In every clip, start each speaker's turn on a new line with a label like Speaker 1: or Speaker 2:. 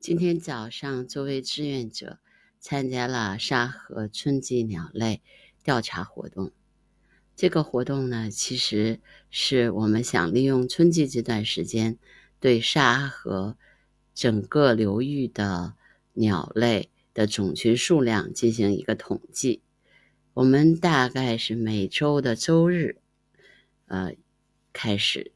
Speaker 1: 今天早上作为志愿者参加了沙河春季鸟类调查活动。这个活动呢，其实是我们想利用春季这段时间对沙河整个流域的鸟类的种群数量进行一个统计。我们大概是每周的周日，呃，开始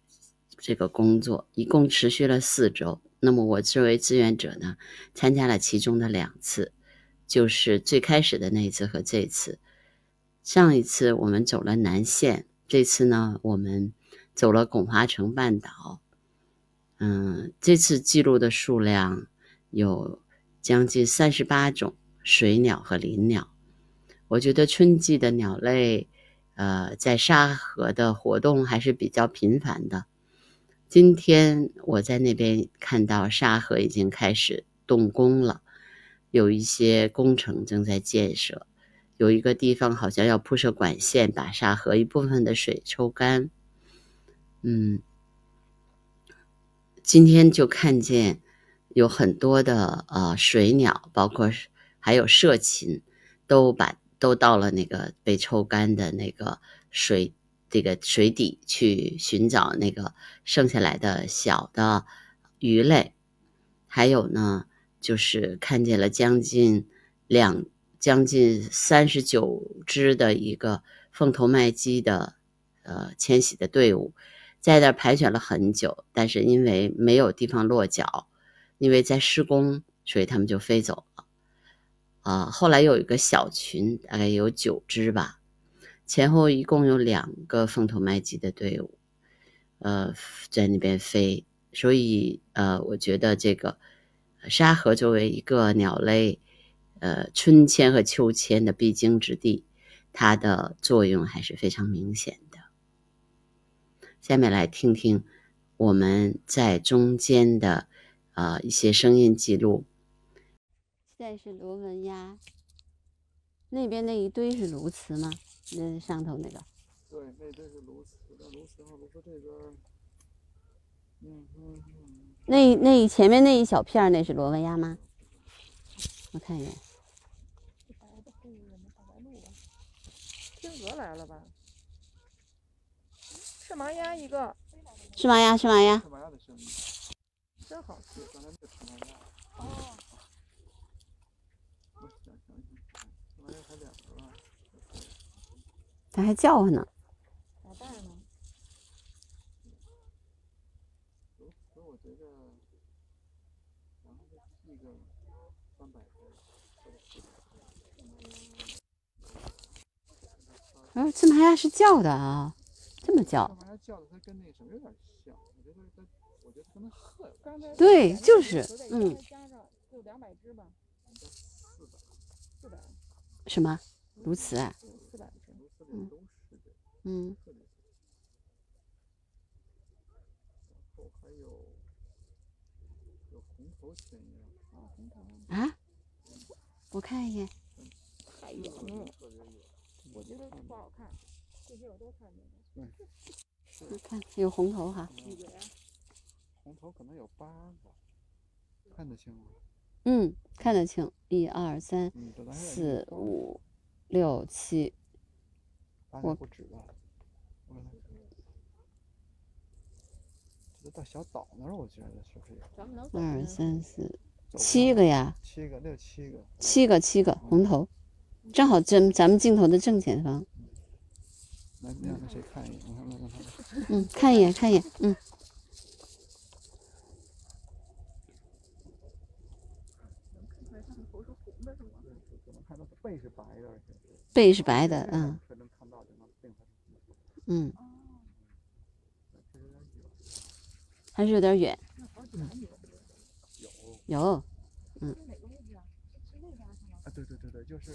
Speaker 1: 这个工作，一共持续了四周。那么我作为志愿者呢，参加了其中的两次，就是最开始的那一次和这次。上一次我们走了南线，这次呢我们走了巩华城半岛。嗯，这次记录的数量有将近三十八种水鸟和林鸟。我觉得春季的鸟类，呃，在沙河的活动还是比较频繁的。今天我在那边看到沙河已经开始动工了，有一些工程正在建设，有一个地方好像要铺设管线，把沙河一部分的水抽干。嗯，今天就看见有很多的呃水鸟，包括还有社禽，都把。都到了那个被抽干的那个水，这个水底去寻找那个剩下来的小的鱼类，还有呢，就是看见了将近两将近三十九只的一个凤头麦鸡的呃迁徙的队伍，在那盘旋了很久，但是因为没有地方落脚，因为在施工，所以它们就飞走了。啊，后来有一个小群，大概有九只吧，前后一共有两个凤头麦鸡的队伍，呃，在那边飞。所以，呃，我觉得这个沙河作为一个鸟类，呃，春迁和秋迁的必经之地，它的作用还是非常明显的。下面来听听我们在中间的呃一些声音记录。现在是螺纹鸭，那边那一堆是鸬鹚吗？那上头那个？
Speaker 2: 对，那堆是鸬鹚，但鸬鹚和鸬鹚这边，嗯嗯嗯，
Speaker 1: 那那前面那一小片儿那是螺纹鸭吗？我看一眼，
Speaker 3: 白的黑的那大白鹭吧，天鹅来了吧？赤麻鸭一个，
Speaker 1: 是吗呀？是吗呀？
Speaker 2: 赤麻鸭的声音，
Speaker 3: 真好吃。
Speaker 2: 对，刚才那个赤麻鸭，
Speaker 3: 哦，
Speaker 2: 我想想想，赤麻鸭才两个吧？
Speaker 1: 它还叫唤呢。
Speaker 3: 打蛋呢？
Speaker 2: 鸬鹚我觉着，然后再记个三百只，或者四百只，
Speaker 1: 啊，这麻鸭是叫的啊，这么
Speaker 2: 赤
Speaker 1: 叫？
Speaker 2: 麻鸭叫的它跟那什么有点像，我觉得它，我觉得它跟那鹤有
Speaker 3: 刚才
Speaker 1: 对就是嗯，
Speaker 3: 加上就两百只吧，
Speaker 2: 四百，
Speaker 3: 四百，
Speaker 1: 什么？鸬鹚啊？
Speaker 3: 嗯
Speaker 1: 嗯，
Speaker 2: 鸬鹚里都是这个，特
Speaker 3: 四百只。
Speaker 2: 别多。然后还有有红头衔鸭。
Speaker 3: 哦，红头呢
Speaker 1: 啊？我看一眼，
Speaker 3: 太远了，
Speaker 2: 特别远。
Speaker 3: 我觉得不好看。这些我都看见了，
Speaker 1: 我看有红头哈。
Speaker 3: 几个呀？
Speaker 2: 嗯红头可能有八个，看得清吗？
Speaker 1: 嗯，看得清，一二三
Speaker 2: 嗯，这咱还得
Speaker 1: 四
Speaker 2: 放
Speaker 1: 五六七，
Speaker 2: 大
Speaker 1: 我
Speaker 2: 概不止吧。我看看这都到小岛那儿，我觉得是不是有
Speaker 3: 咱们能走
Speaker 1: 二
Speaker 3: 吗
Speaker 1: 三四
Speaker 2: 走
Speaker 1: 七
Speaker 2: 吧
Speaker 1: 个呀。
Speaker 2: 七个，六七个。
Speaker 1: 七个七个红头，正好正咱们镜头的正前方。
Speaker 2: 来，那让谁看一眼？我看看看看。
Speaker 1: 嗯，看一眼看一眼，嗯，
Speaker 2: 我能看到背是白的，而且
Speaker 1: 背是白的，嗯
Speaker 2: 可能看到就能定它。
Speaker 1: 嗯，
Speaker 2: 确实有点远，
Speaker 1: 还是有点远。
Speaker 2: 有
Speaker 1: 有，
Speaker 2: 啊，对对对对，就是，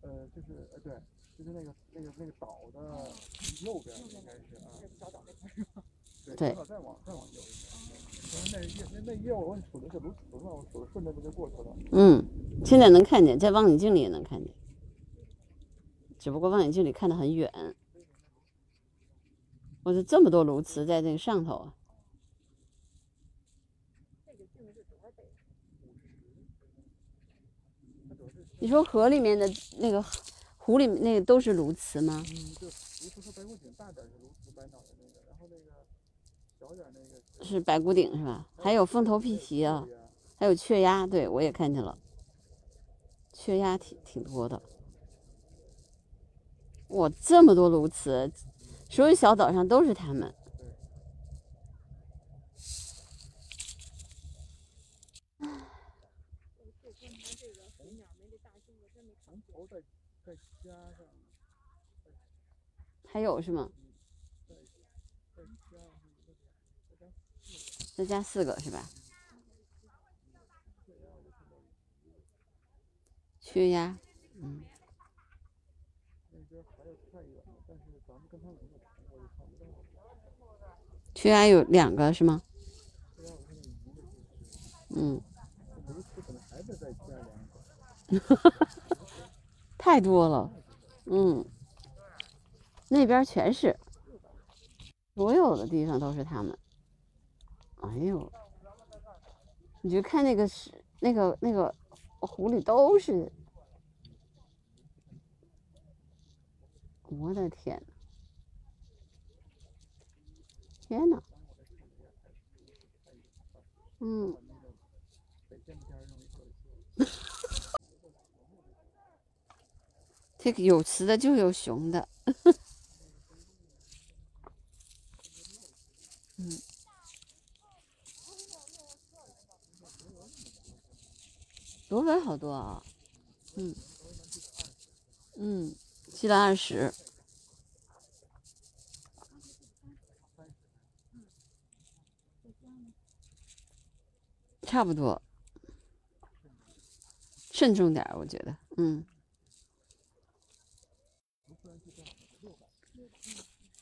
Speaker 2: 呃，就是呃，对，就是那个那个那个岛的右边应该是啊。
Speaker 1: 对
Speaker 2: 小岛再往再往右一点，然后那那那一页我问数的是卢卢嘛，我数着顺着不就过去了？
Speaker 1: 嗯，现在能看见，在望远镜里也能看见，只不过望远镜里看得很远。我说这么多鸬鹚在这个上头啊，
Speaker 4: 你说河里面的那个湖里面那个都是鸬鹚吗？
Speaker 2: 嗯，就比如说白骨精大点儿是鸬鹚白脑袋那个，然后那个小点儿那个
Speaker 4: 是白骨顶是吧？还有凤头皮皮啊，
Speaker 2: 对呀
Speaker 4: 还有雀鸭，对我也看见了，雀鸭挺挺多的。哇，这么多鸬鹚，所有小岛上都是它们。
Speaker 2: 红头再再加上
Speaker 4: 还有是吗？
Speaker 2: 再加上那个再加
Speaker 4: 再加四个是吧？缺鸭，嗯，
Speaker 2: 那边儿还有太远了，但是咱们跟他们那个同我就看不到了。
Speaker 4: 缺鸭有两个是吗？
Speaker 2: 虽然我现在已经就是，
Speaker 4: 嗯，
Speaker 2: 鸬鹚可能还得再加两个。
Speaker 4: 太多了，嗯，那边全是，所有的地方都是它们。哎呦，你就看那个是那个那个湖里都是，我的天呐，天呐，嗯。这个有雌的就有雄的。嗯。螺纹好多啊。嗯。嗯，鸡蛋二十。差不多，慎重点儿，我觉得，嗯。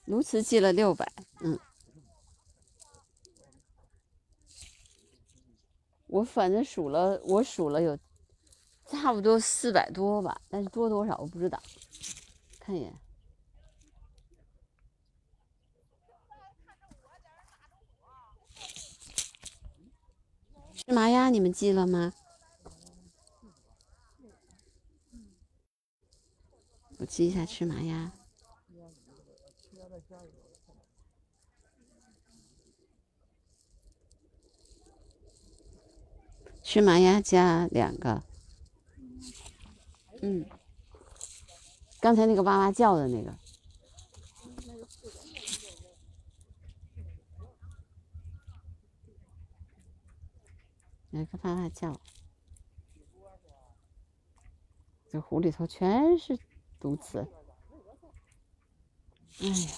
Speaker 4: 鸬鹚寄了六百，嗯，我反正数了，我数了有差不多四百多吧，但是多多少我不知道，看一眼。是麻鸭，你们寄了吗？我记一下吃麻鸭。吃麻鸭加两个，嗯，刚才那个哇哇叫的那个，有一个哇哇叫，这湖里头全是鸬鹚，哎呀。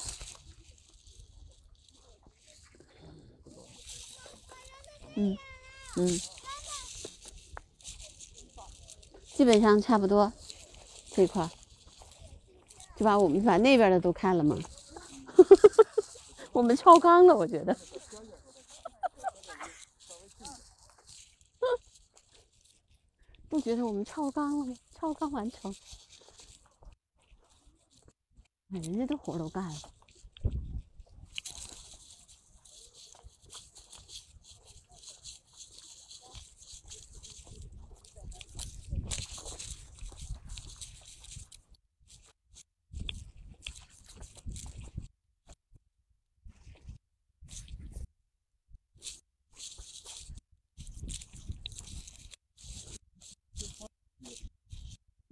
Speaker 4: 嗯，嗯。基本上差不多这块儿，就把我们把那边的都看了嘛。 我们超纲了，我觉得。不觉得我们超纲了吗？超纲完成。哎，人家的活儿都干了。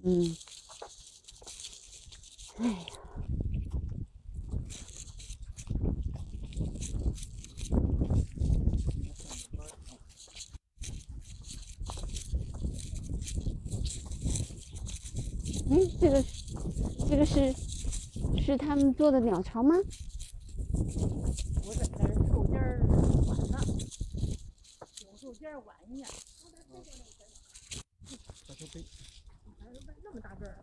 Speaker 4: 嗯，哎呀，嗯，这个是这个是是他们做的鸟巢吗？
Speaker 3: 我在这儿手劲儿晚了，我手劲儿晚一点。
Speaker 2: 他说被
Speaker 3: 那么大个儿，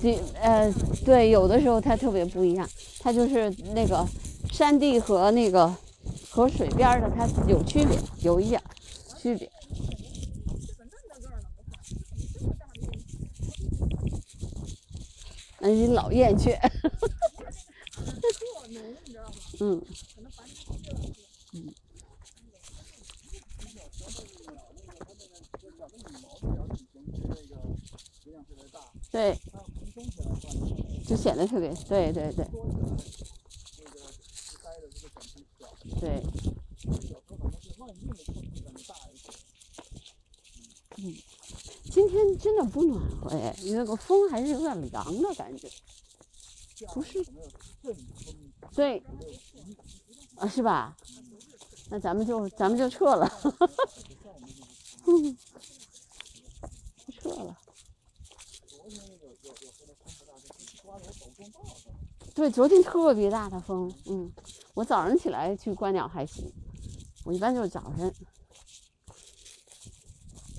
Speaker 4: 对，呃，对，有的时候它特别不一样，它就是那个山地和那个和水边儿的它有区别，有一点儿区别。那是老燕雀，
Speaker 3: 特浓，你知道吗？
Speaker 4: 嗯
Speaker 3: 可能把你吃了。
Speaker 4: 就显得特别对对对
Speaker 2: 多起来，那个一掰的这个整体小，
Speaker 4: 对，
Speaker 2: 小时候反正是万运的空气感大一些。
Speaker 4: 嗯今天真的不暖和哎，那个风还是有点凉的感觉，
Speaker 2: 下
Speaker 4: 不
Speaker 2: 午
Speaker 4: 是
Speaker 2: 可能有阵风，
Speaker 4: 对，啊是吧？那咱们就咱们就撤了，
Speaker 2: 像我们这个
Speaker 4: 撤了。
Speaker 2: 昨天那个有有那个风不大，就是刮的我手中爆的。
Speaker 4: 对，昨天特别大的风，嗯，我早上起来去观鸟还行，我一般就是早晨。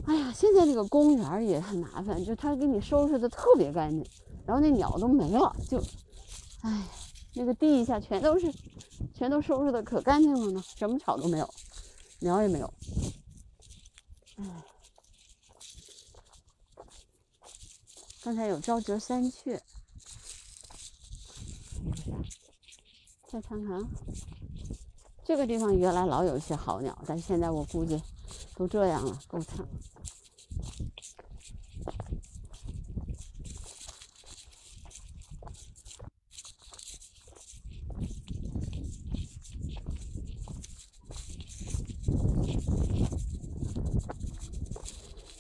Speaker 4: 哎呀，现在这个公园儿也很麻烦，就它给你收拾的特别干净，然后那鸟都没了，就，哎呀，那个地下全都是，全都收拾的可干净了呢，什么草都没有，鸟也没有。哎，刚才有招折三雀，再看看啊，这个地方原来老有一些好鸟，但现在我估计都这样了，够呛。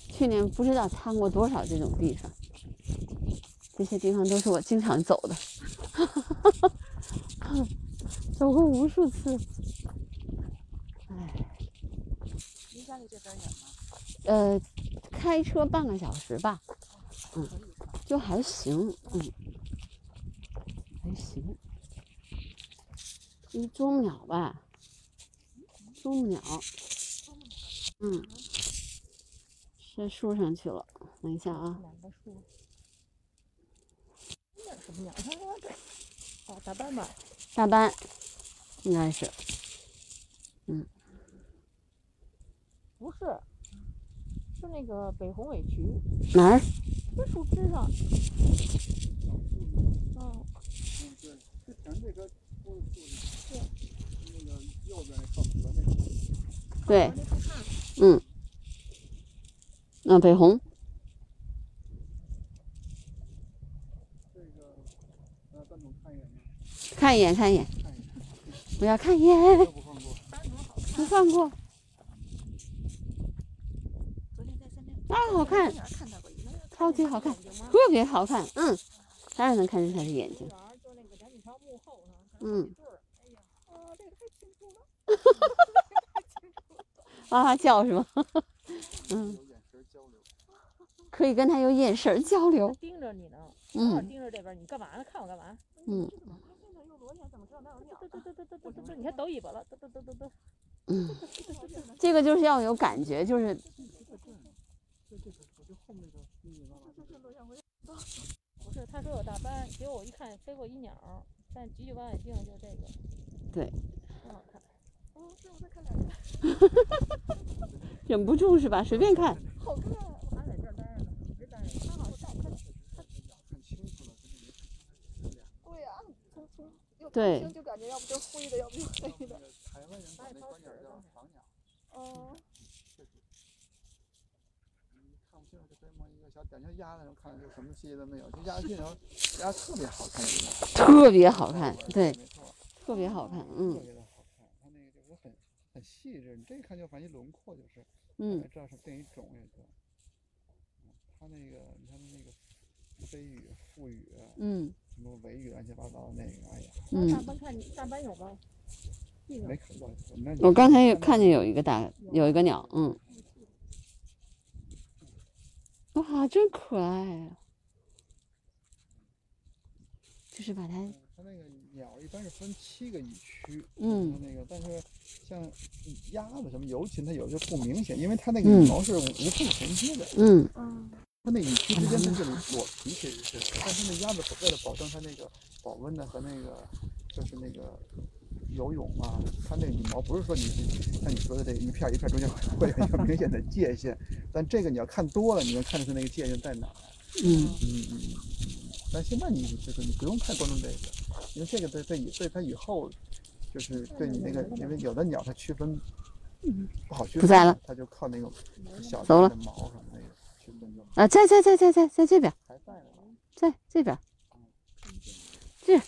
Speaker 4: 去年不知道参过多少这种地方，这些地方都是我经常走的。走过无数次。哎，
Speaker 3: 离家里这边远吗？
Speaker 4: 呃，开车半个小时吧，嗯，就还行，嗯，还行。一中鸟吧，中鸟，嗯，这树上去了。等一下啊，
Speaker 3: 哪个树？那是什么鸟？它说这，哦，大斑马。
Speaker 4: 大班，应该是
Speaker 3: 不是，是那个北红尾渠，
Speaker 4: 哪儿？
Speaker 3: 这树枝上。
Speaker 2: 啊
Speaker 3: 嗯，
Speaker 2: 对，之前这棵树树，那个右边那靠河那树，
Speaker 4: 对
Speaker 3: 我，那树看
Speaker 4: 嗯、北红，
Speaker 2: 这个呃，单独看一眼吗？
Speaker 4: 看一眼，看一眼，
Speaker 2: 看一眼，
Speaker 4: 我要看一眼，
Speaker 2: 都不放过。
Speaker 3: 单独
Speaker 4: 不
Speaker 3: 好看。
Speaker 4: 放过。
Speaker 3: 昨天在三里
Speaker 4: 啊好看
Speaker 3: 看到过一个，
Speaker 4: 超级好看
Speaker 3: 眼睛吗。
Speaker 4: 特别好看，嗯，当然能看出它的眼睛。
Speaker 3: 公园儿就那个梁锦超幕后呢，
Speaker 4: 嗯
Speaker 3: 对儿，哎呀，啊，这个太清楚了，
Speaker 4: 哇哇啊叫是吗？嗯，
Speaker 2: 有眼神交流，
Speaker 4: 可以跟它有眼神交
Speaker 3: 它
Speaker 4: 流。
Speaker 3: 盯着你呢，正好
Speaker 4: 嗯
Speaker 3: 盯着这边儿，你干嘛呢？看我干嘛？
Speaker 4: 嗯
Speaker 3: 嘚嘚嘚嘚嘚嘚嘚嘚，你还抖尾巴了，嘚嘚嘚嘚嘚，
Speaker 4: 嗯，这个就是要有感觉，就是
Speaker 2: 对这棵树就后面那个密密麻麻的，
Speaker 3: 不是，他说有大斑，结果我一看飞过一鸟儿，但橘橘望远镜就这个，
Speaker 4: 对，
Speaker 3: 真好看，
Speaker 5: 哦，对，我再看两个，
Speaker 4: 忍不住是吧？随便看。
Speaker 5: 好看。
Speaker 3: 我还在这儿待着呢，没待着，他好像
Speaker 2: 看清楚了，这个
Speaker 5: 对呀、从从又
Speaker 4: 对
Speaker 5: 听就感觉要不就是灰的，要不就是黑
Speaker 2: 那
Speaker 5: 的。
Speaker 2: 个台湾人管那观鸟叫赏鸟，
Speaker 5: 哦，
Speaker 2: 你看不清楚就跟蒙一个小点，像鸭那种，看着就什么记忆都没有，就鸭这种鸭特别好看，这个
Speaker 4: 特别好看，对，
Speaker 2: 没错，
Speaker 4: 特别好看。
Speaker 2: 特
Speaker 4: 嗯
Speaker 2: 别的好看，它那个就是很很细致，你这一看就反正一轮廓就是。
Speaker 4: 嗯
Speaker 2: 才，知道是定一种也就，嗯它那个你看它那个飞羽、腹羽，
Speaker 4: 嗯
Speaker 2: 什么尾羽乱七八糟的那个，哎呀，
Speaker 3: 大
Speaker 4: 嗯。
Speaker 3: 斑看你，大斑有吗？这个
Speaker 2: 没看过。那你
Speaker 4: 我刚才也
Speaker 2: 到
Speaker 4: 看见有一个大，有一个鸟，嗯，哇，真可爱啊！就是把它
Speaker 2: 嗯它那个鸟一般是分七个羽区，
Speaker 4: 嗯
Speaker 2: 它那个但是像鸭子什么尤其它有就不明显，因为它那个
Speaker 4: 嗯
Speaker 2: 羽毛是无缝衔接的，
Speaker 4: 嗯，
Speaker 5: 嗯，
Speaker 2: 它那羽区之间它是裸皮其实是，但是那鸭子为了保证它那个保温呢和那个就是那个。游泳啊，它那个羽毛不是说你像你说的这一片儿一片儿中间会有一个明显的界限，但这个你要看多了，你能看出它那个界限在哪儿。
Speaker 4: 嗯，
Speaker 2: 嗯，嗯，但现在你就是你不用太关注这个，因为这个对对以对它以后就是对你那个，因为有的鸟它区分不好区
Speaker 4: 嗯
Speaker 2: 分，
Speaker 4: 不在了，
Speaker 2: 它就靠那个小
Speaker 4: 走
Speaker 2: 的
Speaker 4: 了
Speaker 2: 那毛什么那个区分就
Speaker 4: 啊，在在在在在在这边，
Speaker 2: 还在呢。
Speaker 4: 在这边，
Speaker 2: 嗯
Speaker 4: 这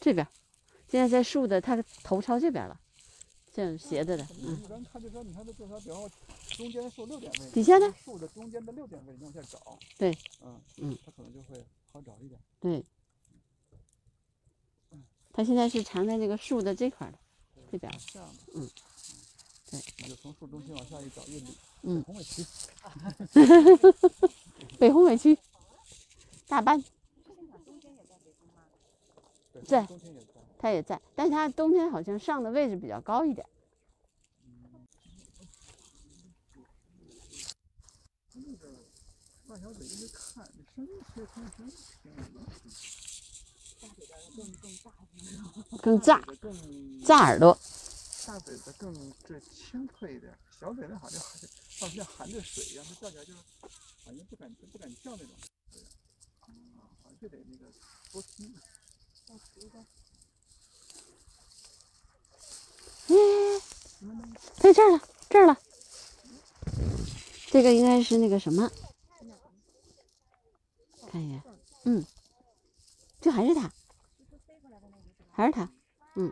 Speaker 4: 这边儿，现在在树的，它头朝这边儿了，这样斜着的，嗯，
Speaker 2: 一般看就说，你看它就是说，比方说中间树六点位，
Speaker 4: 底下呢？
Speaker 2: 树的中间的六点位，你往下找。
Speaker 4: 对。
Speaker 2: 嗯
Speaker 4: 嗯，
Speaker 2: 它可能就会好找一点。
Speaker 4: 对。它现在是藏在这个树的这块儿的，这边儿
Speaker 2: 往下嘛。
Speaker 4: 嗯。对，
Speaker 2: 你就从树中心往下一找，越里
Speaker 4: 嗯
Speaker 2: 红尾区，
Speaker 4: 北红尾区，大班
Speaker 2: 对，
Speaker 4: 在
Speaker 2: 中间也在。
Speaker 4: 它也在，但是它冬天好像上的位置比较高一点儿。
Speaker 2: 万小姐一直看，真是看真
Speaker 4: 更炸炸耳朵，
Speaker 2: 大嘴的更这清脆一点，小嘴的好像好像好像含着水一样，它叫起来就是好像不敢不敢叫那种感觉，啊，好像就得那个多听。
Speaker 4: 在这儿了，这儿了。这个应该是那个什么，看一眼，嗯，这还是它，还是它，嗯，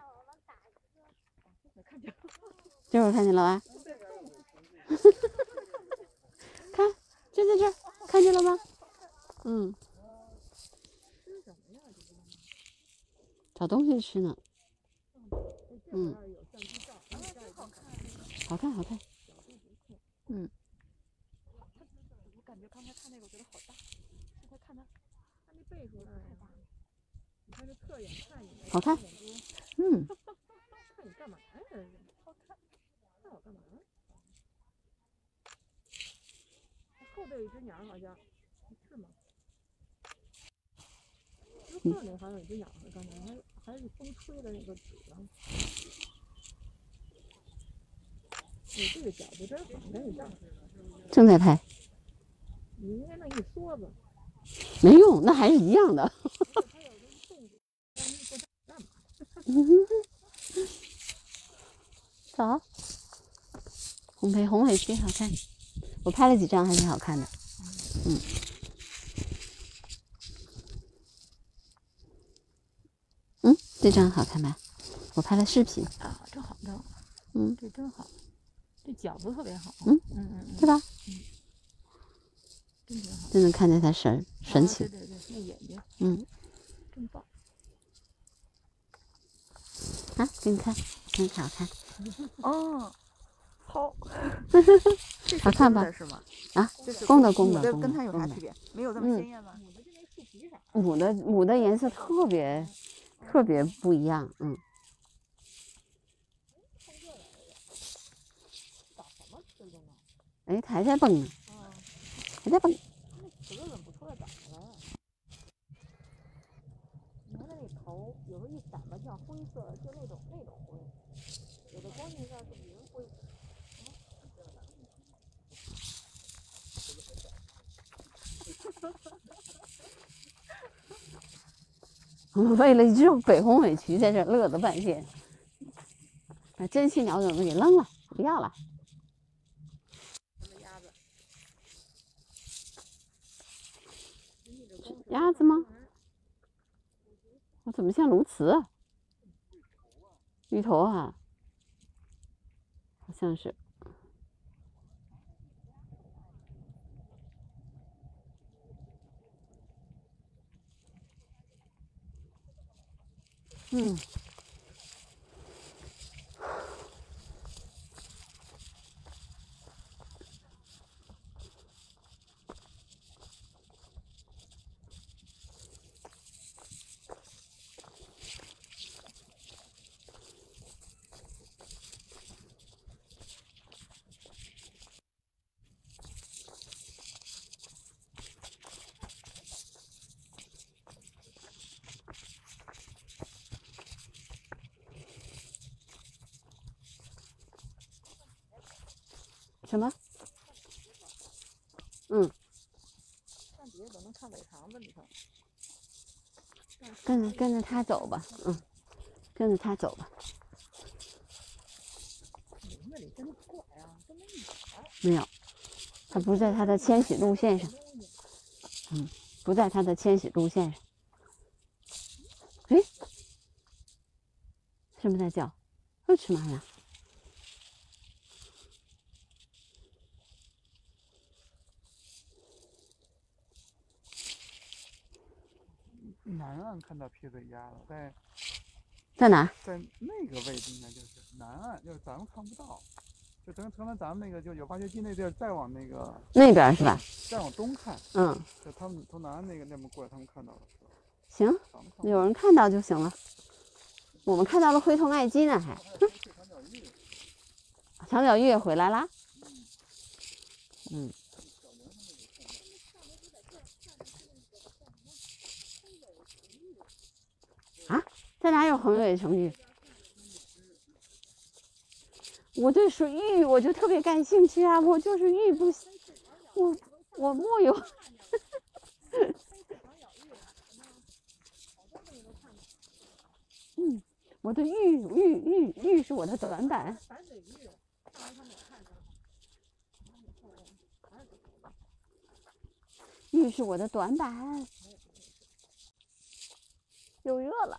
Speaker 4: 这会儿看见了吧？ 看，就在这儿，看见了吗？嗯，找东西吃呢，嗯。好看，好看。嗯
Speaker 5: 我感觉刚才看那个，我觉得好大。现在看它，它那倍数有点太大。
Speaker 3: 你看这侧眼看你，
Speaker 4: 好看
Speaker 3: 看你
Speaker 4: 嗯，
Speaker 3: 干嘛呀？好看，看我干嘛？后边有一只鸟儿好像，是吗？就
Speaker 4: 嗯
Speaker 3: 后面好像有一只鸟儿，刚才还还是风吹的那个纸上。你这个角度真好，真有道理
Speaker 4: 正在拍，
Speaker 3: 你应该弄一梭子，
Speaker 4: 没用，那还是一样的。
Speaker 3: 它有那个动作，但是不知道干嘛。
Speaker 4: 走，红培红尾鲫好看，我拍了几张还挺好看的。嗯，嗯，这张好看吧？我拍了视频，
Speaker 6: 啊，真好，真好，
Speaker 4: 嗯
Speaker 6: 这真好，这饺子特别好，
Speaker 4: 嗯
Speaker 6: 嗯嗯嗯，
Speaker 4: 对吧？
Speaker 6: 真挺好，
Speaker 4: 就能看见它神神
Speaker 6: 啊
Speaker 4: 情。
Speaker 6: 对对对，那眼睛，
Speaker 4: 嗯，
Speaker 6: 真棒，
Speaker 4: 啊，给你看，真是好看。
Speaker 6: 哦，好，这是
Speaker 4: 好看
Speaker 6: 公的
Speaker 4: 吧
Speaker 6: 是吗？
Speaker 4: 啊
Speaker 6: 这是
Speaker 4: 公的
Speaker 6: 公
Speaker 4: 公的
Speaker 6: 跟
Speaker 4: 公
Speaker 6: 跟
Speaker 4: 的
Speaker 6: 它有
Speaker 4: 公
Speaker 6: 啥
Speaker 4: 的
Speaker 6: 区别？没有这
Speaker 4: 嗯
Speaker 6: 么鲜艳吗？
Speaker 3: 我就那树皮色儿，
Speaker 4: 母的母的颜色特别特别不一样，嗯，
Speaker 3: 搞什么吃的呢？
Speaker 4: 哎，它还在蹦呢，还在蹦。
Speaker 3: 壳儿怎么不出来长出来了？你看它那头，有时候一闪吧，就像灰色的，就那种那种灰，有的光晕上是银灰。
Speaker 4: 我们为了一只北红尾鸲在这儿乐了半天。把珍稀鸟怎么给扔了？不要了。鸭子吗？我怎么像鸬鹚啊？芋头啊，好像是。嗯，什么？
Speaker 3: 上底下都能看尾肠子里头。
Speaker 4: 跟着跟着它走吧，嗯，跟着它走吧。
Speaker 3: 林子里真怪啊，都没一
Speaker 4: 没有，它不在它的迁徙路线上，嗯，不在它的迁徙路线上。什么在叫？哎我去妈呀！
Speaker 2: 南岸看到撇嘴鸭了，在
Speaker 4: 在哪儿？
Speaker 2: 在那个位置应该就是南岸，就是咱们看不到，就等刚才咱们那个就有挖掘机那地儿，再往那个
Speaker 4: 那边儿是吧？
Speaker 2: 再往东看，
Speaker 4: 嗯，
Speaker 2: 就他们从南岸那个那边过来，他们看到了，是吧
Speaker 4: 行，
Speaker 2: 咱们看不到
Speaker 4: 有人看到就行了。我们看到了灰头艾姬呢，还
Speaker 2: 还有黑水长脚鹬，
Speaker 4: 长脚鹬也回来啦。嗯，啊，在哪有横尾什么鱼？我对水玉我就特别感兴趣啊，我就是玉不，我我木有。嗯，我对玉玉玉玉是我的短板。
Speaker 3: 反嘴鱼，上回他们也看着了，然后以后反正
Speaker 4: 玉是我的短板。又热了，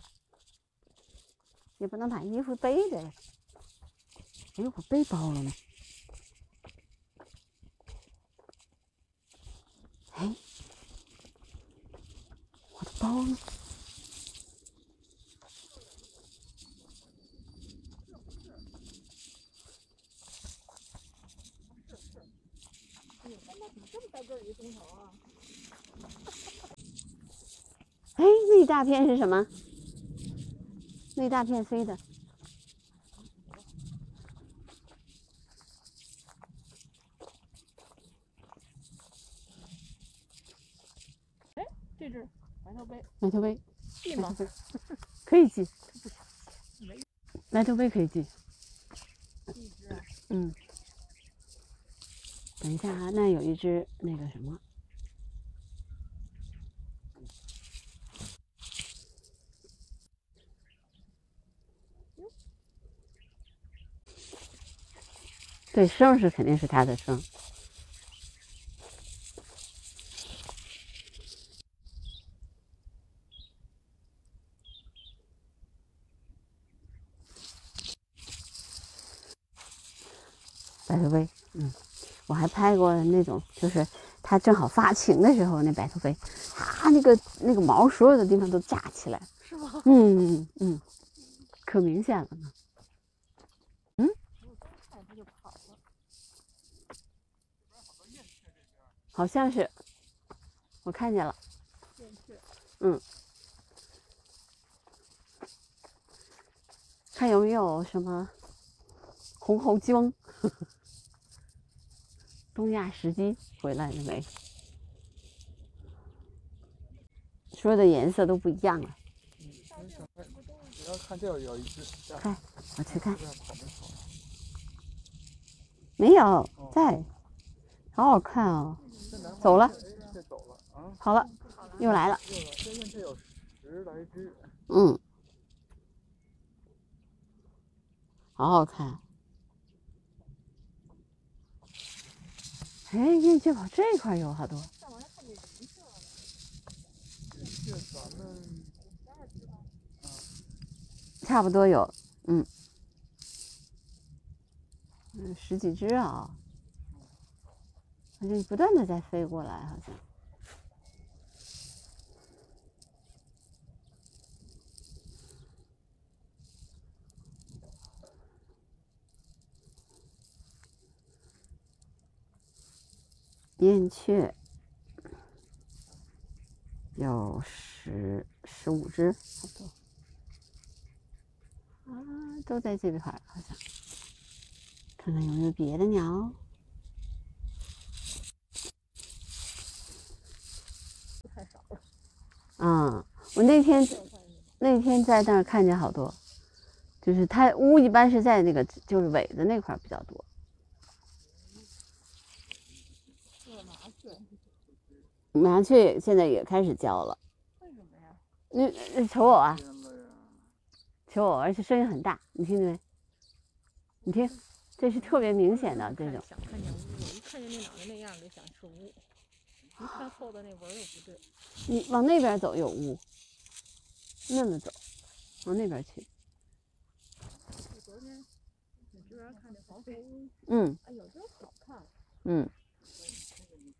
Speaker 4: 也不能把衣服背着呀。哎，我背包了呢。哎，我的包呢？啊哎，那一大片是什么？那一大片飞的。
Speaker 6: 这只白头杯
Speaker 4: 奶头杯，
Speaker 6: 系
Speaker 4: 奶
Speaker 6: 吗
Speaker 4: 头？杯，可以系。奶头杯可以系。
Speaker 3: 一只啊
Speaker 4: 嗯，等一下啊，那有一只那个什么，对，声儿是肯定是它的声儿。白头杯，嗯，我还拍过那种，就是它正好发情的时候，那白头杯，啊，那个那个毛所有的地方都炸起来，
Speaker 6: 是吗？
Speaker 4: 嗯嗯嗯，可明显了呢。
Speaker 6: 我刚
Speaker 3: 哎
Speaker 6: 看它就跑了。
Speaker 4: 好像是，我看见了，
Speaker 3: 燕雀，
Speaker 4: 看有没有什么红喉鲸、东亚石鸡回来了没？所有的颜色都不一样了，
Speaker 2: 那小黑，你要看这儿有一只，这样
Speaker 4: 看我去看
Speaker 2: 这，样跑没跑？
Speaker 4: 没有，在，好好看哦。
Speaker 2: 这南方
Speaker 4: 走了
Speaker 2: 这，这走了啊，
Speaker 4: 好了，又来了，
Speaker 2: 这个这燕雀有十来只，
Speaker 4: 嗯，好好看。哎，燕雀跑这块儿有好多，
Speaker 3: 上回还看见银色了，
Speaker 2: 燕雀咱们
Speaker 3: 十二只吧，
Speaker 4: 差不多有，嗯，嗯，十几只啊，好像不断的在飞过来，好像。燕雀有十十五只，差不多。啊，都在这块儿，好像。看看有没有别的鸟。哦
Speaker 3: 太少了，
Speaker 4: 嗯，我那天那天在那儿看见好多，就是它乌一般是在那个就是尾的那块儿比较多。
Speaker 3: 是麻雀，
Speaker 4: 麻雀现在也开始叫了，
Speaker 3: 为什么呀？
Speaker 4: 那那求偶啊，
Speaker 2: 天了呀！
Speaker 4: 求偶，而且声音很大，你听见没？你听，这是特别明显的这种。
Speaker 3: 想看见乌，我一看见那脑袋那样儿就想吃乌，一看后头那纹儿又不对，
Speaker 4: 你往那边走有雾，那么走，往那边去。
Speaker 3: 这边看的黄蜂，
Speaker 4: 嗯
Speaker 3: 哎呦，真好看，
Speaker 4: 嗯，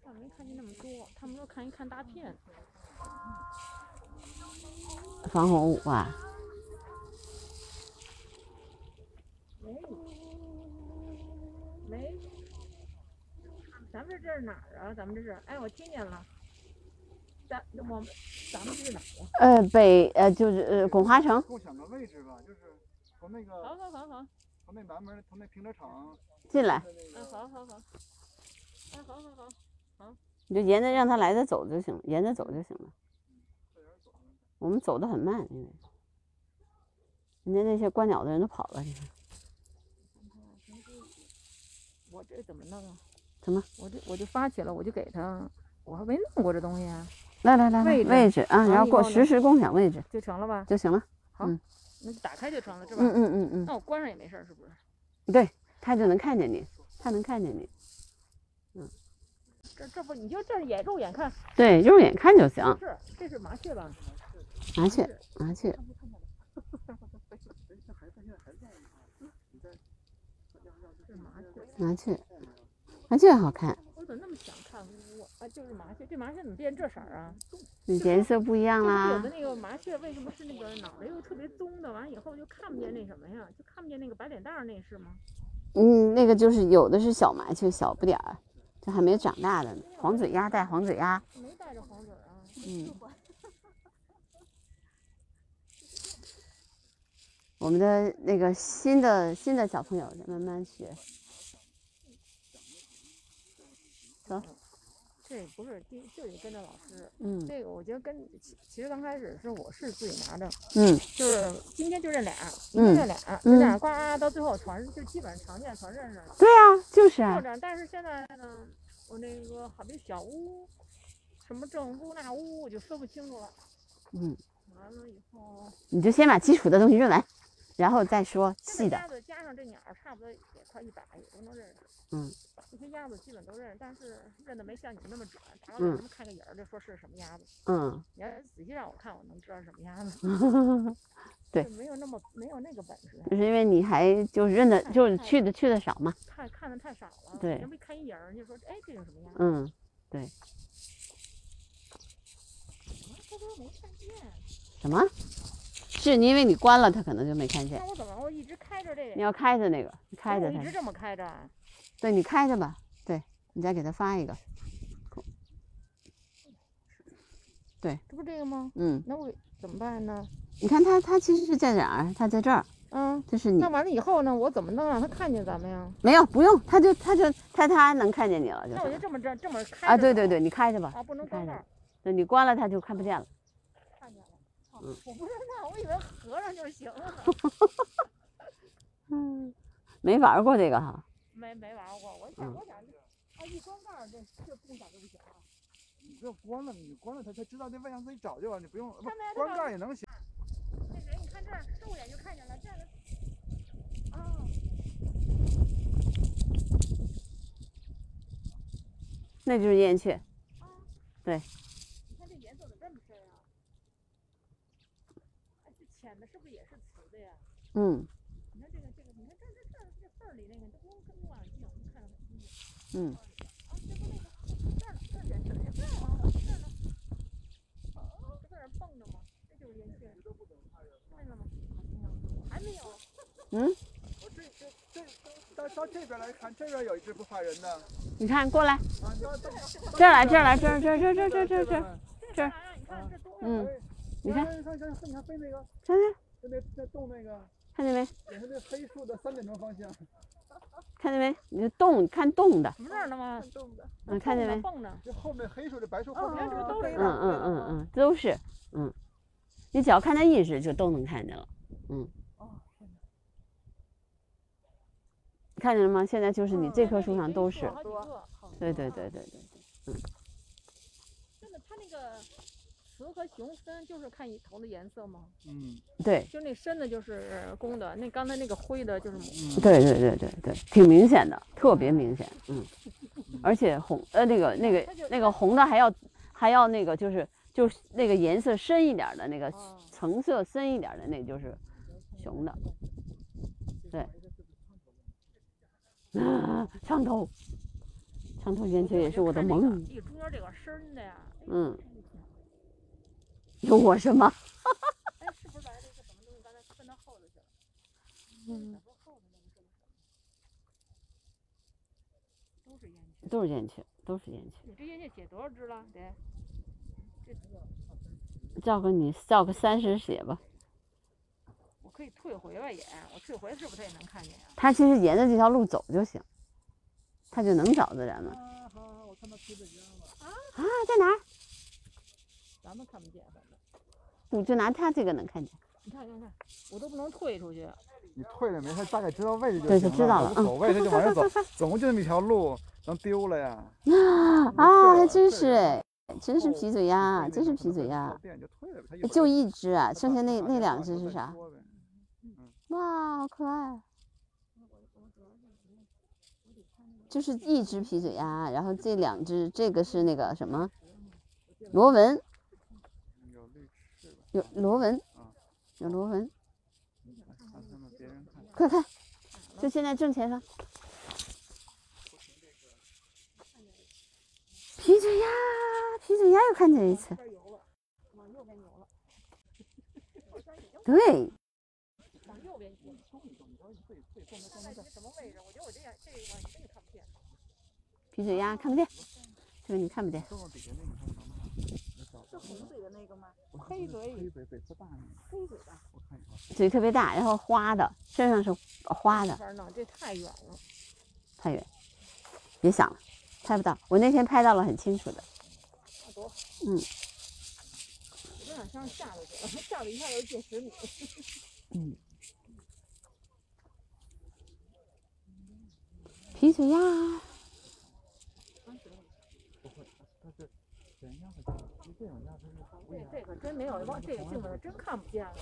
Speaker 3: 但没看见那么多，他们说看一看大片，
Speaker 4: 防洪舞啊，
Speaker 3: 没。咱们这是哪儿啊？咱们这是，哎，我听见了。咱我们咱们这是哪儿啊？
Speaker 4: 呃，北呃就是呃巩华城，
Speaker 2: 共享个位置吧，就是从那
Speaker 3: 好
Speaker 2: 个
Speaker 3: 好好好，
Speaker 2: 从那南门从那停车场
Speaker 4: 进来
Speaker 2: 的那
Speaker 3: 啊
Speaker 2: 个
Speaker 3: 好好好，哎好好好，
Speaker 4: 你就沿着让他来的走就行了，沿着走就行了。
Speaker 2: 这人走着
Speaker 4: 我们走得很慢，因为人家那些观鸟的人都跑了，你看
Speaker 3: 我这怎么弄啊？
Speaker 4: 怎么？
Speaker 3: 我这我就发起了，我就给他，我还没弄过这东西啊，
Speaker 4: 来来来来
Speaker 3: 位置
Speaker 4: 位置啊，
Speaker 3: 完
Speaker 4: 然后
Speaker 3: 以
Speaker 4: 过
Speaker 3: 后呢
Speaker 4: 实时共享位置
Speaker 3: 就成了吧？
Speaker 4: 就行了。
Speaker 3: 那就打开就成了，是吧？
Speaker 4: 嗯嗯嗯嗯，
Speaker 3: 那我关上也没事儿，是不是？
Speaker 4: 他就能看见你，他能看见你。
Speaker 3: 这这不你就这也肉眼看
Speaker 4: 对，肉眼看就行。
Speaker 3: 不是，这是麻雀吧？
Speaker 4: 麻雀，麻雀，
Speaker 2: 哎，这孩子现在还在呢啊，你在
Speaker 3: 是麻雀。
Speaker 4: 麻雀，麻雀好看，
Speaker 3: 我怎么那么想看乌啊？啊，就是麻雀，这麻雀怎么变这色儿啊？
Speaker 4: 颜色不一样
Speaker 3: 就是有
Speaker 4: 啦
Speaker 3: 的。那个麻雀为什么是那个脑袋又特别棕的？完以后就看不见那什么呀？就看不见那个白脸蛋儿，那是吗？
Speaker 4: 嗯，那个就是有的是小麻雀，小不点儿，这还没长大的呢。黄嘴鸭带黄嘴鸭，
Speaker 3: 没带着黄嘴儿啊。
Speaker 4: 嗯。我们的那个新的新的小朋友在慢慢学，
Speaker 3: 这不是第就得跟着老师。
Speaker 4: 嗯
Speaker 3: 这个我觉得跟其其实刚开始是我是自己拿着，
Speaker 4: 嗯
Speaker 3: 就是今天就认俩，明
Speaker 4: 嗯
Speaker 3: 天认俩，就这样呱到最后全是就基本上常见全认识了。
Speaker 4: 对啊，就是
Speaker 3: 校
Speaker 4: 啊，
Speaker 3: 长，但是现在呢，我那个好比小屋，什么正屋那屋，我就分不清楚了。
Speaker 4: 嗯，
Speaker 3: 完了以后，
Speaker 4: 你就先把基础的东西认完，然后再说细
Speaker 3: 现在
Speaker 4: 的。
Speaker 3: 鸭子加上这鸟儿，差不多也快一百，也都能认识。
Speaker 4: 嗯，
Speaker 3: 这些鸭子基本都认识，但是认的没像你们那么准。打个
Speaker 4: 嗯
Speaker 3: 比方看个影儿就说是什么鸭子，
Speaker 4: 嗯，
Speaker 3: 你要是仔细让我看，我能知道是什么鸭子。
Speaker 4: 对
Speaker 3: 就没有那么没有那个本事，
Speaker 4: 就是因为你还就是认得就是去的去的少嘛。
Speaker 3: 看看的太少了。
Speaker 4: 对
Speaker 3: 人没看一眼儿，人家说哎这是什么鸭子，
Speaker 4: 嗯，对，
Speaker 3: 他说没看见。
Speaker 4: 什么？是你因为你关了，他可能就没看见
Speaker 3: 那。我怎么我一直开着这
Speaker 4: 你
Speaker 3: 个？
Speaker 4: 要开着那个， 开着
Speaker 3: 我一
Speaker 4: 它
Speaker 3: 直，这么开着啊。
Speaker 4: 对你开着吧，对你再给他发一个，
Speaker 3: 这不这个吗？
Speaker 4: 嗯，
Speaker 3: 那我怎么办呢？
Speaker 4: 你看他他其实是在哪儿？他在这儿，
Speaker 3: 嗯，
Speaker 4: 这是你
Speaker 3: 那完了以后呢？我怎么能让他看见咱们呀？
Speaker 4: 没有不用，他就他就他他能看见你了就
Speaker 3: 那我就是这么着，这么开
Speaker 4: 啊，
Speaker 3: 着
Speaker 4: 对
Speaker 3: 走
Speaker 4: 对对，你开着吧，
Speaker 3: 啊，不能
Speaker 4: 你开
Speaker 3: 关
Speaker 4: 着
Speaker 3: 那
Speaker 4: 吧
Speaker 3: 儿，
Speaker 4: 对你关了他就看不见了，
Speaker 3: 看见了。啊
Speaker 4: 嗯
Speaker 3: 我不知道，我以为合上就行 了，
Speaker 4: 嗯，没玩过这个哈，
Speaker 3: 没没玩过。我想，
Speaker 4: 嗯
Speaker 3: 我想，啊，一关盖儿这这不咋就不行啊。
Speaker 2: 你不要关了，你关了它，它知道那外向自己找就完，你不用不
Speaker 3: 看没看
Speaker 2: 关
Speaker 3: 到
Speaker 2: 盖儿也能行。
Speaker 3: 那谁，你看这儿，肉眼就看见了，这个。啊，
Speaker 4: 那就是燕雀，
Speaker 3: 你看这颜色怎么这么深啊？哎，这浅的是不是也是雌的呀？
Speaker 4: 嗯
Speaker 3: 你看这个这个，你看这这这儿这缝儿里那个，这不跟望远镜我们看得很清楚。
Speaker 4: 嗯，
Speaker 3: 啊，这不那个这儿呢这儿也是啊也这儿呢，这儿呢，哦这不在这蹦着吗？这就是烟圈，看见了吗？还没有，
Speaker 2: 我这这这到到这边来看，这边有一只不怕人的啊，
Speaker 4: 你看过来
Speaker 2: 到到
Speaker 4: 这儿来这儿来这儿这儿这儿这儿这儿这儿这儿，
Speaker 2: 儿，
Speaker 4: 这儿
Speaker 3: 干嘛呀？你看这多少？
Speaker 4: 嗯，你看
Speaker 2: 看看看看你看飞那个，
Speaker 4: 看见
Speaker 2: 就那那动那个，
Speaker 4: 看见没
Speaker 2: 也是那黑树的三点钟方向，
Speaker 4: 看见没？你就动看动的，
Speaker 3: 什么这儿呢吗？
Speaker 4: 嗯，看见
Speaker 3: 蹦
Speaker 4: 没
Speaker 3: 着？蹦着，
Speaker 2: 就后面黑树这白树后
Speaker 3: 你看
Speaker 2: 面
Speaker 3: 这都是
Speaker 2: 黑
Speaker 4: 嗯
Speaker 2: 的。
Speaker 4: 嗯嗯嗯，都是，嗯，你只要看它意识就都能看见了，嗯。看见了吗？现在嗯就是你这棵树上都是，
Speaker 3: 好几个。
Speaker 4: 对对对对对，
Speaker 3: 真的，它那个雌和雄分就是看一头的颜色吗？
Speaker 2: 嗯
Speaker 4: 对
Speaker 3: 就那深的就是公的，那刚才那个灰的就是母的。
Speaker 2: 嗯，
Speaker 4: 对对对对对，挺明显的，特别明显， 嗯，而且红呃那个那个那个红的还要还要那个就是就是那个颜色深一点的那个
Speaker 3: 啊
Speaker 4: 层色深一点的那就是雄的，对， 啊，长头，长头圆球也是我
Speaker 3: 哦
Speaker 4: 的
Speaker 7: 就看那
Speaker 4: 梦
Speaker 7: 个。一桌这个深的呀，哎
Speaker 4: 嗯，有我是吗？
Speaker 3: 哎，是不是来了一个什么东西？刚才奔到后头去了。
Speaker 4: 嗯，
Speaker 3: 说后头那个是不是？都是烟雀。
Speaker 4: 都是燕雀，都是燕雀。
Speaker 3: 你这烟雀写多少只了？得
Speaker 4: 照个你照个三十写吧。
Speaker 3: 我可以退回吧也，我退回是不是他也能看见啊？
Speaker 4: 他其实沿着这条路走就行，他就能找着咱们。
Speaker 2: 啊哈，我看到皮本鸭了。
Speaker 4: 啊，在哪儿？
Speaker 3: 咱们看不见，啊反正
Speaker 4: 我就拿他这个能看见。
Speaker 3: 你看你看，我都不能退出去。
Speaker 2: 你退了没？他大概知道位置就
Speaker 4: 对
Speaker 2: 行
Speaker 4: 他知道了
Speaker 2: 无所谓，他就往上走，总共就那么一条路，能丢了呀？
Speaker 4: 啊，还
Speaker 2: 对
Speaker 4: 真
Speaker 2: 对
Speaker 4: 是哎，真是
Speaker 2: 哦
Speaker 4: 皮嘴鸭，
Speaker 2: 你
Speaker 4: 真
Speaker 2: 推
Speaker 4: 是
Speaker 2: 那个
Speaker 4: 皮嘴
Speaker 2: 可能还是
Speaker 4: 鸭
Speaker 2: 靠，边就退了呗，他一会儿
Speaker 4: 就一只啊，
Speaker 2: 他
Speaker 4: 剩下
Speaker 2: 把
Speaker 4: 那
Speaker 2: 他
Speaker 4: 那
Speaker 2: 拿
Speaker 4: 两
Speaker 2: 完
Speaker 4: 只
Speaker 2: 了
Speaker 4: 是
Speaker 2: 再
Speaker 4: 啥？
Speaker 2: 说呗
Speaker 4: 哇，好可爱！就是一只皮嘴鸭，然后这两只，这个是那个什么螺纹，
Speaker 2: 有绿翅吧？
Speaker 4: 有螺纹
Speaker 2: 啊，
Speaker 4: 有螺纹，
Speaker 2: 让他们别人看。
Speaker 4: 快看，就现在正前方，皮嘴鸭，皮嘴鸭又看见一次，
Speaker 8: 边游了，往右边游了，
Speaker 4: 对，
Speaker 8: 往右边游了。
Speaker 3: 看看你什么位置？我觉得我这眼这一块真看不见。
Speaker 4: 皮嘴鸭看不见，这个你看不见，
Speaker 2: 这么底下那个看能看？你找
Speaker 8: 是
Speaker 2: 不
Speaker 8: 红
Speaker 2: 着
Speaker 8: 嘴的那
Speaker 3: 嗯
Speaker 8: 个吗？
Speaker 2: 我看
Speaker 8: 黑
Speaker 2: 那
Speaker 8: 嘴
Speaker 2: 黑嘴嘴特大那个，
Speaker 8: 黑嘴的，
Speaker 2: 我看一下。
Speaker 4: 嘴特别大，然后花的，身上是花的
Speaker 3: 没，法弄，这太远了。
Speaker 4: 太远，别想了，拍不到。我那天拍到了很清楚的，
Speaker 3: 那多好。
Speaker 4: 嗯
Speaker 3: 我就想像下头去了， 下头一下就进十米。
Speaker 4: 皮嘴鸭，
Speaker 2: 不会，但是人家会，因为这种家它是不一
Speaker 3: 这
Speaker 2: 样。
Speaker 3: 这可真没有，往这个镜子上真看不见了。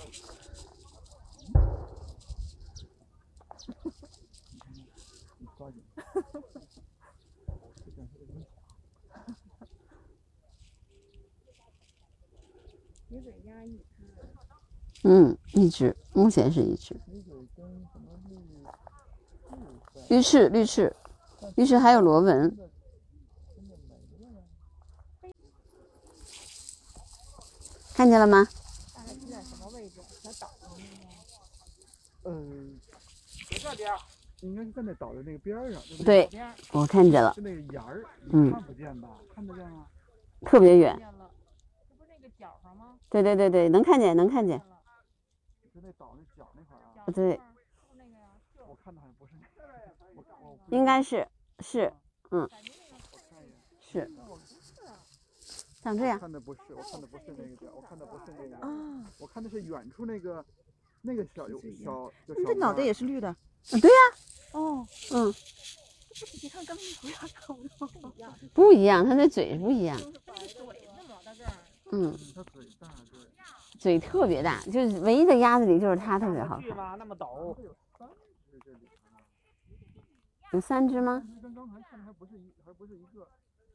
Speaker 2: 你抓紧。这种是不一样
Speaker 3: 你嘴压抑，
Speaker 4: 嗯，一只，目前是一只
Speaker 2: 黑嘴跟什么绿绿色，
Speaker 4: 绿翅，绿翅，绿翅还有螺纹，
Speaker 2: 真的没了呀。
Speaker 4: 看见了吗？
Speaker 3: 大概哎是在什么位置？小岛上那个。
Speaker 8: 呃
Speaker 2: 嗯，这边。应该是在那岛的那个边儿上，就那
Speaker 4: 对，
Speaker 3: 边儿
Speaker 4: 我看见了，
Speaker 2: 就那个沿儿，
Speaker 4: 嗯
Speaker 2: 你看不见吧？看得见吗？
Speaker 4: 特别远。
Speaker 3: 见了，这不是那个角上吗？
Speaker 4: 对对对对，能看见，能看见。
Speaker 3: 了，
Speaker 2: 就那岛那角那块儿啊，
Speaker 3: 角
Speaker 4: 对
Speaker 3: 那块儿是不是那个呀？是
Speaker 2: 我看的好像不是那个，我看我
Speaker 4: 应该是是
Speaker 3: 感觉那个
Speaker 2: 我看一眼，
Speaker 4: 是，
Speaker 3: 不是啊，
Speaker 4: 像这样
Speaker 2: 看的不是，我看的不是那个角，我看的不是那个，
Speaker 8: 啊，
Speaker 2: 我看的是远处那个那个小
Speaker 8: 是一
Speaker 2: 小，就
Speaker 8: 你
Speaker 2: 小
Speaker 8: 这脑袋
Speaker 2: 门儿
Speaker 8: 也是绿的。
Speaker 4: 对
Speaker 8: 呀、哦，
Speaker 4: 嗯，
Speaker 8: 你看刚才不要看不到。
Speaker 4: 不一样，它的嘴是不一样，
Speaker 3: 那个嘴那么老大个儿，
Speaker 4: 嗯，
Speaker 2: 嗯它嘴大，对，
Speaker 4: 嘴特别大，就是唯一的鸭子里就是它特别好看。
Speaker 9: 吧，那么陡。
Speaker 2: 是这里啊。
Speaker 4: 有三只吗？
Speaker 2: 但是跟刚才看的还不是一，还不是一个，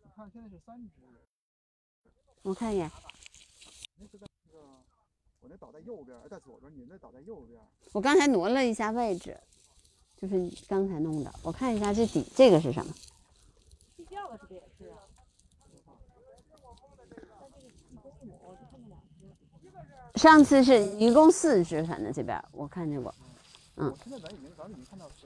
Speaker 2: 你看现在是三只，
Speaker 4: 我看一眼，
Speaker 2: 那是在那个，我那岛在右边儿，哎在左边儿，你那岛在右边儿，
Speaker 4: 我刚才挪了一下位置，就是刚才弄的。我看一下这底这个是什么？
Speaker 3: 睡觉的时候也是啊。但这个一公一母，我就看见两只。
Speaker 4: 上次是一共四只，反正这边儿我看见过。嗯
Speaker 2: 我现在咱已经，咱们已经看到